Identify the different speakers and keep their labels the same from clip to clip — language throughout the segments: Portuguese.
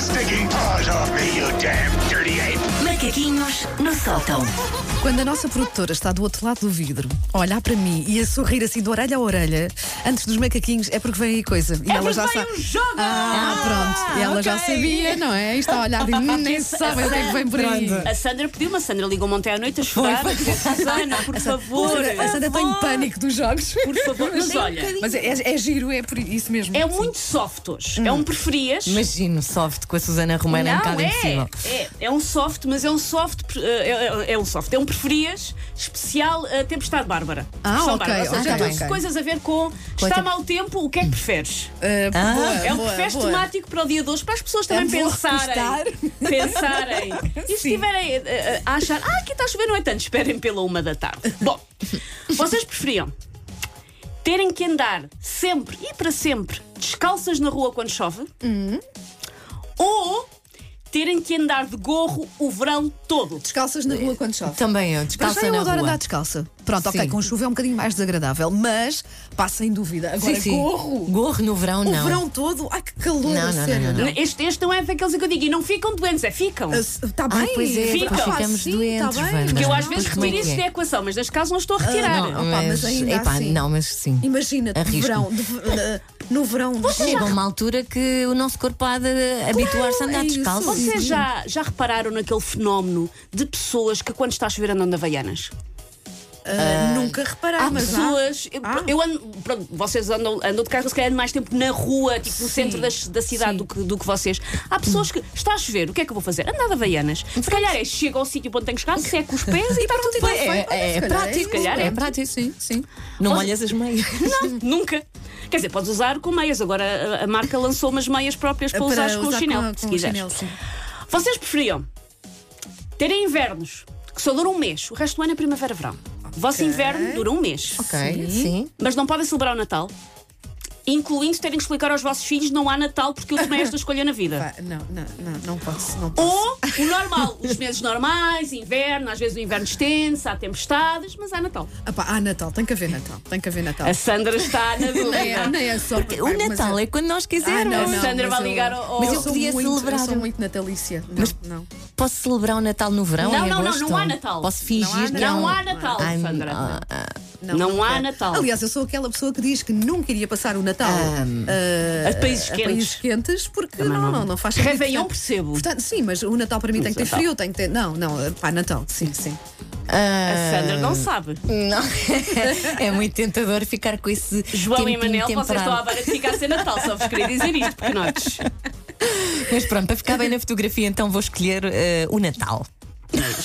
Speaker 1: stinking paws off me, you damn dirty ape!
Speaker 2: Macaquinhos no sótão.
Speaker 3: Quando a nossa produtora está do outro lado do vidro, a olhar para mim e a sorrir assim de orelha a orelha, antes dos macaquinhos, é porque vem aí coisa. E ela já
Speaker 4: vem
Speaker 3: sabe.
Speaker 4: um jogo!
Speaker 3: Ah, pronto. E ela já
Speaker 4: ok.
Speaker 3: sabia, não é? E está a olhar e "Hum, nem se sabe o que é que vem por aí.
Speaker 4: A Sandra pediu uma Sandra ligou-me ontem à noite a chorar. a dizer, Susana, por favor.
Speaker 3: A Sandra tem pânico dos jogos.
Speaker 4: Por favor. Mas olha,
Speaker 3: Mas é, é giro, é por isso mesmo.
Speaker 4: é muito soft hoje.
Speaker 3: Hum.
Speaker 4: É um preferias.
Speaker 5: Imagino soft com a Susana Romana é um
Speaker 4: não,
Speaker 5: bocado impossível.
Speaker 4: é, é. É um soft, mas é um soft. eh, É, é um soft. É um preferias especial a Tempestade Bárbara.
Speaker 3: Ah,
Speaker 4: Versão
Speaker 3: ok,
Speaker 4: Bárbara. Ou seja,
Speaker 3: ok,
Speaker 4: tudo
Speaker 3: ok.
Speaker 4: coisas a ver com está mau tempo, o que é que preferes?
Speaker 3: Ah,
Speaker 5: Ah,
Speaker 3: boa,
Speaker 4: É um
Speaker 3: boa,
Speaker 4: festa
Speaker 3: boa.
Speaker 4: temático para o dia de hoje, para as pessoas também
Speaker 5: É
Speaker 3: vou
Speaker 4: pensarem. Pensarem. E se
Speaker 3: Sim.
Speaker 4: estiverem eh, a achar, ah, aqui está a chover, não é tanto, esperem pela uma da tarde. Bom, vocês preferiam terem que andar sempre e para sempre descalças na rua quando chove?
Speaker 5: Hum.
Speaker 4: Ou terem que andar de gorro o verão todo?
Speaker 3: Descalças na rua quando chove.
Speaker 5: Também eu,
Speaker 3: Mas
Speaker 5: descalça
Speaker 3: já eu
Speaker 5: na
Speaker 3: adoro
Speaker 5: rua.
Speaker 3: andar descalça. Pronto, ok,
Speaker 5: Sim.
Speaker 3: com chuva é um bocadinho mais desagradável, mas pá, sem dúvida. Agora,
Speaker 5: Sim, sim.
Speaker 3: é gorro.
Speaker 5: Gorro no verão,
Speaker 3: O
Speaker 5: não.
Speaker 3: verão todo, ai que calor,
Speaker 5: Não,
Speaker 3: a
Speaker 5: não,
Speaker 3: sério.
Speaker 5: não, não, não.
Speaker 4: Este, este não é daqueles em que eu digo, e não ficam doentes, é ficam.
Speaker 3: Está
Speaker 5: Ah,
Speaker 3: tá bem,
Speaker 5: pois é,
Speaker 4: fica.
Speaker 5: depois
Speaker 4: Ah,
Speaker 5: ficamos
Speaker 3: sim,
Speaker 5: doentes,
Speaker 3: tá bem.
Speaker 5: Wanda.
Speaker 3: Porque
Speaker 4: Eu
Speaker 3: Mas
Speaker 4: às vezes
Speaker 5: Depois como é
Speaker 4: retiro
Speaker 5: que
Speaker 4: isso da
Speaker 5: é? Ah,
Speaker 4: equação, mas neste caso não estou a retirar.
Speaker 5: Não,
Speaker 3: Opa, mas
Speaker 5: mas,
Speaker 3: ainda
Speaker 5: epá,
Speaker 3: assim.
Speaker 5: não, mas sim.
Speaker 3: Imagina, de
Speaker 5: Arrisco-me.
Speaker 3: verão, de ver- eh, no verão.
Speaker 5: Chega uma altura que o nosso corpo há de habituar-se a
Speaker 3: é
Speaker 5: andar
Speaker 3: isso.
Speaker 5: descalço.
Speaker 4: Vocês já, já repararam naquele fenómeno de pessoas que quando está a chover andam de Havaianas?
Speaker 3: eh, nunca reparar,
Speaker 4: Há
Speaker 3: mas há.
Speaker 4: pessoas. eu-
Speaker 3: Ah.
Speaker 4: Eu ando, pronto, vocês andam, andam de carro, se calhar mais tempo na rua, tipo no
Speaker 3: Sim,
Speaker 4: centro das- da, cidade
Speaker 3: sim.
Speaker 4: do que, do que vocês. Há pessoas que. Está a chover, o que é que eu vou fazer? Andar de Havaianas. Se calhar é chego ao sítio onde tenho que chegar, seco os pés e está tudo bem.
Speaker 3: bem. Olha,
Speaker 5: É,
Speaker 3: se
Speaker 5: é
Speaker 3: calhar
Speaker 5: prático,
Speaker 3: é
Speaker 4: isso.
Speaker 5: é, prático, sim, sim. Não molhas as meias.
Speaker 4: Não, nunca. Quer dizer, podes usar com meias. Agora a, a marca lançou umas meias próprias para,
Speaker 3: É Para
Speaker 4: usares com o
Speaker 3: usar
Speaker 4: chinelo,
Speaker 3: com- com
Speaker 4: se
Speaker 3: o
Speaker 4: quiseres.
Speaker 3: chinelo, sim.
Speaker 4: Vocês preferiam terem invernos que só duram um mês, o resto do ano é primavera-verão. O Vosso inverno dura um mês.
Speaker 5: Ok, sim.
Speaker 4: Mas não podem celebrar o Natal, incluindo terem que explicar aos vossos filhos não há Natal porque eu tomei esta escolha na vida.
Speaker 3: Pá, Não, não, não, não posso,
Speaker 5: Oh.
Speaker 3: não posso.
Speaker 4: Ou o normal, os meses normais, inverno, às vezes o inverno extenso, há tempestades, mas há Natal.
Speaker 3: Ah, pá, há Natal, tem que haver Natal, tem que haver Natal.
Speaker 4: A Sandra está na
Speaker 3: Nem é,
Speaker 4: dúvida.
Speaker 3: nem é só.
Speaker 5: Porque É. o Natal é quando nós
Speaker 3: Ah,
Speaker 5: quisermos.
Speaker 3: não,
Speaker 4: A
Speaker 3: não,
Speaker 4: Sandra
Speaker 3: mas
Speaker 4: vai
Speaker 3: eu-
Speaker 4: ligar ao-
Speaker 5: Mas eu
Speaker 3: Eu sou
Speaker 5: podia
Speaker 3: muito-
Speaker 5: celebrar.
Speaker 3: Eu sou muito natalícia. Não, não.
Speaker 5: Posso celebrar o Natal no verão?
Speaker 4: Não,
Speaker 5: em
Speaker 4: não, não,
Speaker 5: agosto?
Speaker 4: não há Natal.
Speaker 5: Posso fingir que
Speaker 4: Não
Speaker 5: um-
Speaker 4: há Natal,
Speaker 5: I'm-
Speaker 4: Sandra.
Speaker 5: ah,
Speaker 4: Não há
Speaker 3: quero.
Speaker 4: Natal.
Speaker 3: Aliás, eu sou aquela pessoa que diz que nunca iria passar o Natal ah,
Speaker 4: a países
Speaker 3: a
Speaker 4: quentes.
Speaker 3: países quentes porque não, não, não, faz sentido.
Speaker 4: Réveillon
Speaker 3: Portanto,
Speaker 4: percebo.
Speaker 3: Portanto, sim, mas o Natal para mim tem que ter
Speaker 4: Natal.
Speaker 3: frio, tem que ter. Não, não, pá, Natal, sim, sim.
Speaker 4: A Sandra
Speaker 5: ah,
Speaker 4: não sabe.
Speaker 5: Não, é muito tentador ficar com esse
Speaker 4: João e
Speaker 5: tempinho
Speaker 4: Manel, vocês
Speaker 5: temperado.
Speaker 4: estão à beira de ficar sem Natal, só vos queria dizer isto, pequenotes.
Speaker 5: Mas pronto, para ficar bem na fotografia, então vou escolher eh, o Natal.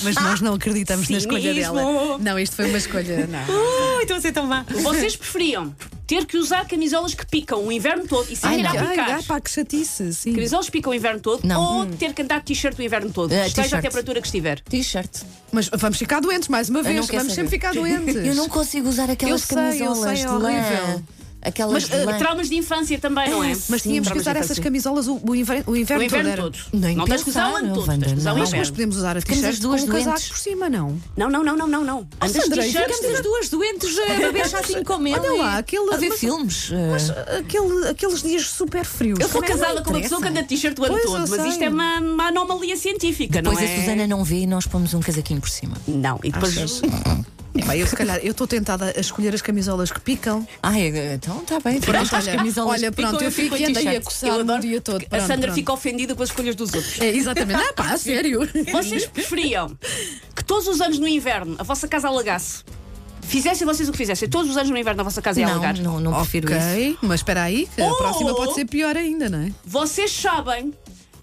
Speaker 3: Mas nós não acreditamos na escolha
Speaker 4: Cinismo.
Speaker 3: dela. Não, isto foi uma escolha. Não.
Speaker 5: Uh, então você tão má.
Speaker 4: Vocês preferiam ter que usar camisolas que picam o inverno todo e sem
Speaker 5: Ai,
Speaker 4: ir a
Speaker 5: não.
Speaker 4: picar?
Speaker 3: Ai, pá, que chatice, sim.
Speaker 4: Camisolas que picam o inverno todo
Speaker 5: Não.
Speaker 4: ou
Speaker 3: Hum.
Speaker 4: ter que andar de t-shirt o inverno todo,
Speaker 5: Eh,
Speaker 4: esteja a
Speaker 5: t-shirt.
Speaker 4: temperatura que estiver.
Speaker 5: T-shirt.
Speaker 3: Mas vamos ficar doentes mais uma vez,
Speaker 5: não quero
Speaker 3: vamos sempre ficar
Speaker 5: saber.
Speaker 3: doentes.
Speaker 5: Eu não consigo usar aquelas
Speaker 3: Eu sei, eu sei, é
Speaker 5: camisolas de lã.
Speaker 3: horrível.
Speaker 5: Aquelas de lã.
Speaker 4: eh, Traumas de infância também, não é?
Speaker 3: Eh, Mas tínhamos que usar essas camisolas o, o inverno, o
Speaker 4: o
Speaker 3: inverno todo.
Speaker 4: inverno
Speaker 3: era.
Speaker 4: todo.
Speaker 5: Nem
Speaker 4: não tens que usar o
Speaker 5: pensar,
Speaker 4: ano todo,
Speaker 5: Wanda,
Speaker 4: tens que usar o
Speaker 5: não.
Speaker 3: Mas, mas
Speaker 4: inverno.
Speaker 3: podemos usar a
Speaker 5: Ficamos as
Speaker 3: t-shirt com
Speaker 5: duas
Speaker 3: um casaco
Speaker 5: doentes.
Speaker 3: por cima, não?
Speaker 4: Não, não, não, não, não, não. Andas de
Speaker 3: Ah, Sandra,
Speaker 4: t-shirt.
Speaker 5: Ficamos as duas doentes a beber chatinho com mel.
Speaker 3: Olha lá,
Speaker 5: e
Speaker 3: aquele-
Speaker 5: A ver
Speaker 3: mas-
Speaker 5: filmes. eh,
Speaker 3: Mas aquele- aqueles dias super frios.
Speaker 4: Eu sou
Speaker 3: também não
Speaker 4: casada com uma
Speaker 3: interessa.
Speaker 4: pessoa que anda de t-shirt o ano
Speaker 3: Pois, eu
Speaker 4: todo, mas
Speaker 3: sei.
Speaker 4: isto é uma, uma anomalia científica,
Speaker 5: Depois
Speaker 4: não é?
Speaker 5: a Susana não vê e nós pomos um casaquinho por cima.
Speaker 4: Não, e depois.
Speaker 3: Epá, eu se calhar eu estou tentada a escolher as camisolas que picam.
Speaker 5: Ai, eh, então está bem. Tiraste as camisolas.
Speaker 3: olha,
Speaker 5: que
Speaker 3: pronto,
Speaker 5: ficam,
Speaker 3: eu fico e
Speaker 5: com
Speaker 3: andei a
Speaker 5: t-shirt.
Speaker 3: coçar o dia todo.
Speaker 4: a
Speaker 3: Pronto,
Speaker 4: Sandra
Speaker 3: pronto.
Speaker 4: fica ofendida com as escolhas dos outros.
Speaker 3: É, exatamente. Ah, pá, a sério.
Speaker 4: Vocês preferiam que todos os anos no inverno a vossa casa alagasse? Fizessem vocês o que fizessem, todos os anos no inverno a vossa casa ia
Speaker 5: Não,
Speaker 4: alagar.
Speaker 5: não, não prefiro isso.
Speaker 3: ok, mas espera aí, que a
Speaker 4: Ou-
Speaker 3: próxima pode ser pior ainda, não é?
Speaker 4: Vocês sabem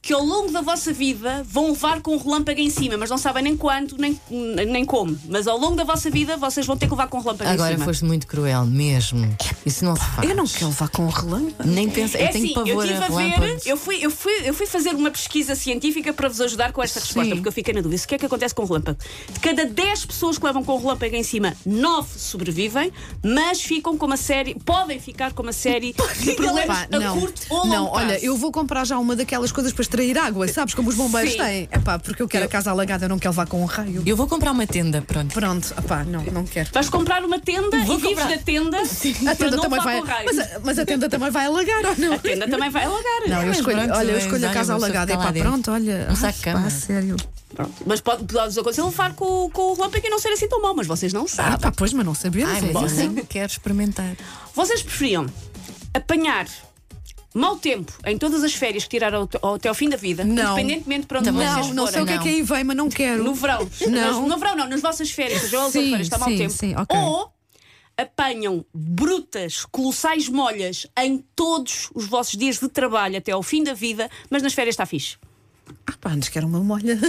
Speaker 4: que ao longo da vossa vida vão levar com um relâmpago em cima, mas não sabem nem quanto, nem, nem como. Mas ao longo da vossa vida vocês vão ter que levar com um relâmpago em
Speaker 5: Agora
Speaker 4: cima.
Speaker 5: foste muito cruel mesmo. Isso É. não se faz.
Speaker 3: Eu não quero levar com o relâmpago.
Speaker 5: Nem pensa.
Speaker 4: É
Speaker 5: eu tenho
Speaker 4: assim, eu
Speaker 5: pavor
Speaker 4: tive
Speaker 5: a
Speaker 4: a ver,
Speaker 5: relâmpagos.
Speaker 4: eu fui, eu, fui, eu fui fazer uma pesquisa científica para vos ajudar com esta resposta, porque eu fiquei na dúvida. O que é que acontece com o relâmpago? De cada 10 pessoas que levam com o relâmpago em cima, 9 sobrevivem, mas ficam com uma série, podem ficar com uma série de problemas
Speaker 3: Pá,
Speaker 4: a curto ou longo
Speaker 3: não olha,
Speaker 4: prazo.
Speaker 3: eu vou comprar já uma daquelas coisas para extrair água, sabes? Como os bombeiros
Speaker 4: Sim.
Speaker 3: têm. Epá, porque eu quero a casa alagada, eu não quero levar com um raio.
Speaker 5: Eu vou comprar uma tenda, pronto.
Speaker 3: Pronto, epá, não, não quero.
Speaker 4: Vais comprar uma tenda
Speaker 5: Vou
Speaker 4: e vives
Speaker 5: comprar.
Speaker 4: da tenda.
Speaker 3: A
Speaker 4: para
Speaker 3: tenda
Speaker 4: não
Speaker 3: também
Speaker 4: levar
Speaker 3: vai.
Speaker 4: com raio.
Speaker 3: Mas, a- mas a tenda também vai alagar, ou não?
Speaker 4: A tenda também vai alagar.
Speaker 3: Não, eu
Speaker 5: É, Mas
Speaker 3: escolho,
Speaker 5: pronto,
Speaker 3: olha, eu
Speaker 5: bem,
Speaker 3: escolho a
Speaker 5: olha,
Speaker 3: casa
Speaker 5: uma pessoa
Speaker 3: alagada.
Speaker 5: fica lá
Speaker 3: Epá,
Speaker 5: dentro.
Speaker 3: pronto, olha.
Speaker 5: Um saco
Speaker 3: ai,
Speaker 5: de
Speaker 3: pá,
Speaker 5: cama.
Speaker 3: sério.
Speaker 4: Pronto. Mas pode, pode-vos acontecer levar com, com o relâmpago e não ser assim tão mau, mas vocês não sabem.
Speaker 3: Ah, pá, pois, mas não sabemos.
Speaker 5: Ai,
Speaker 3: é
Speaker 5: mas
Speaker 3: isso.
Speaker 5: eu não quero experimentar.
Speaker 4: Vocês preferiam apanhar mau tempo em todas as férias que tiraram ao- ao- até ao fim da vida,
Speaker 3: Não.
Speaker 4: independentemente para onde
Speaker 5: Também
Speaker 4: vocês
Speaker 3: Não, não sei
Speaker 4: forem?
Speaker 3: o que é que aí vem, mas não quero.
Speaker 4: No verão.
Speaker 3: Não.
Speaker 4: Nas- no verão não, nas vossas férias, seja onde
Speaker 3: Sim,
Speaker 4: férias, está mau
Speaker 3: sim,
Speaker 4: tempo.
Speaker 3: sim, ok.
Speaker 4: Ou apanham brutas, colossais molhas em todos os vossos dias de trabalho até ao fim da vida, mas nas férias está fixe.
Speaker 3: Ah, pá, antes quero uma molha.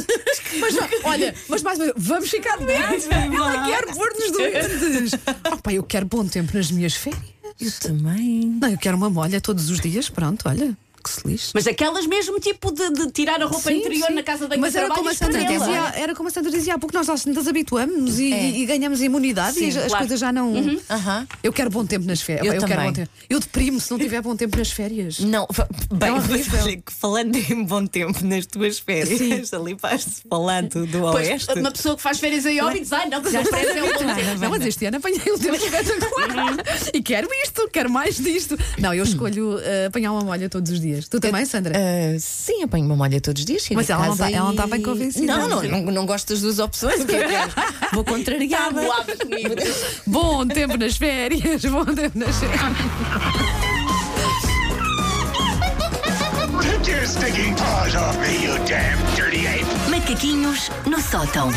Speaker 3: mas olha, mas mais uma vez, vamos ficar doentes. Ela quer pôr-nos doentes. Ah, pá, eu quero bom tempo nas minhas férias.
Speaker 5: Eu também.
Speaker 3: Não, eu quero uma molha todos os dias, pronto, olha, que se lixe.
Speaker 4: Mas aquelas mesmo tipo de, de tirar a roupa
Speaker 3: Sim,
Speaker 4: interior
Speaker 3: sim.
Speaker 4: na casa da
Speaker 3: Mas era como, a Sandra dizia,
Speaker 4: ela.
Speaker 3: era como a Sandra dizia há pouco, nós nós nos habituamos e,
Speaker 5: É.
Speaker 3: e ganhamos imunidade e
Speaker 4: Sim,
Speaker 3: as, as
Speaker 4: claro. Uhum.
Speaker 3: coisas já não.
Speaker 5: Aham.
Speaker 3: Eu quero bom tempo nas férias.
Speaker 5: Eu
Speaker 3: Eu, quero
Speaker 5: também. Uhum.
Speaker 3: bom tempo. Eu deprimo se não tiver bom tempo nas férias.
Speaker 5: Não, fa- bem,
Speaker 3: É
Speaker 5: mas
Speaker 3: horrível.
Speaker 5: olha que falando em bom tempo nas tuas férias, ali vais falando do
Speaker 4: Pois,
Speaker 5: Oeste.
Speaker 4: uma pessoa que faz férias em
Speaker 3: é
Speaker 4: óbitos, ai não, que já parece é um bom tempo.
Speaker 3: Ah, Não, mas este ano apanhei um tempo espetacular. e quero isto, quero mais disto. Não, eu escolho eh, apanhar uma molha todos os dias. Tu também, Sandra?
Speaker 5: Ah, sim, apanho uma molha todos os dias. chego
Speaker 3: Mas
Speaker 5: a
Speaker 3: ela não
Speaker 5: casa
Speaker 3: tá- ela não
Speaker 5: e-
Speaker 3: tá bem convencida.
Speaker 5: Não, não, não, não gosto das duas opções. o que é que é? Vou
Speaker 4: Está
Speaker 5: contrariada.
Speaker 4: boada comigo.
Speaker 5: Eh.
Speaker 3: Bom tempo nas férias, bom tempo nas férias.
Speaker 1: Take your stinking paws off me, you damn dirty ape!
Speaker 2: Macaquinhos no sótão.